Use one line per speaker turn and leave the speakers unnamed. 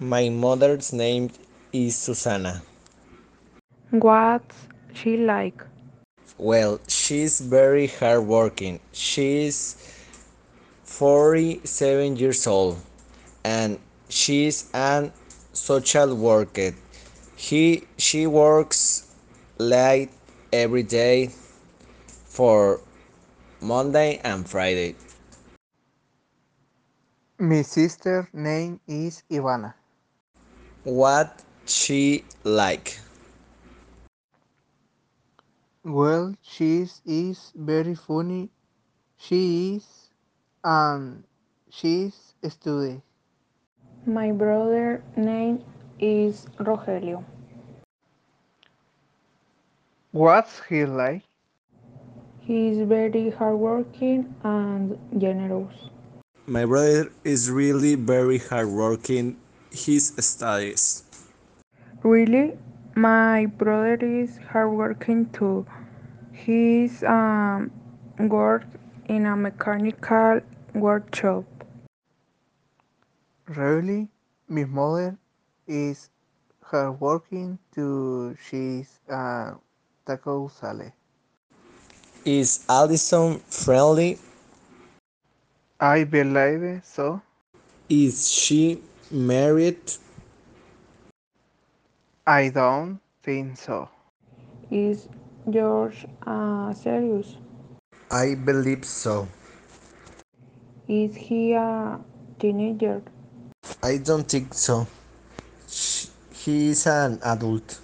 My mother's name is Susana.
What's she like?
Well, she's very hardworking. She's 47 years old and she's an social worker. He, she works late every day for Monday and Friday.
My sister's name is Ivana.
What she like?
Well, she is very funny. She is, um, she's study.
My brother' name is Rogelio.
What's he like?
He is very hardworking and generous.
My brother is really very hardworking. His studies.
Really? My brother is hardworking too. He's um work in a mechanical workshop.
Really, my mother is hardworking too. She's a taco salad.
Is Allison friendly?
I believe so.
Is she married?
I don't think so.
Is George uh, serious?
I believe so.
Is he a teenager?
I don't think so. Sh- He is an adult.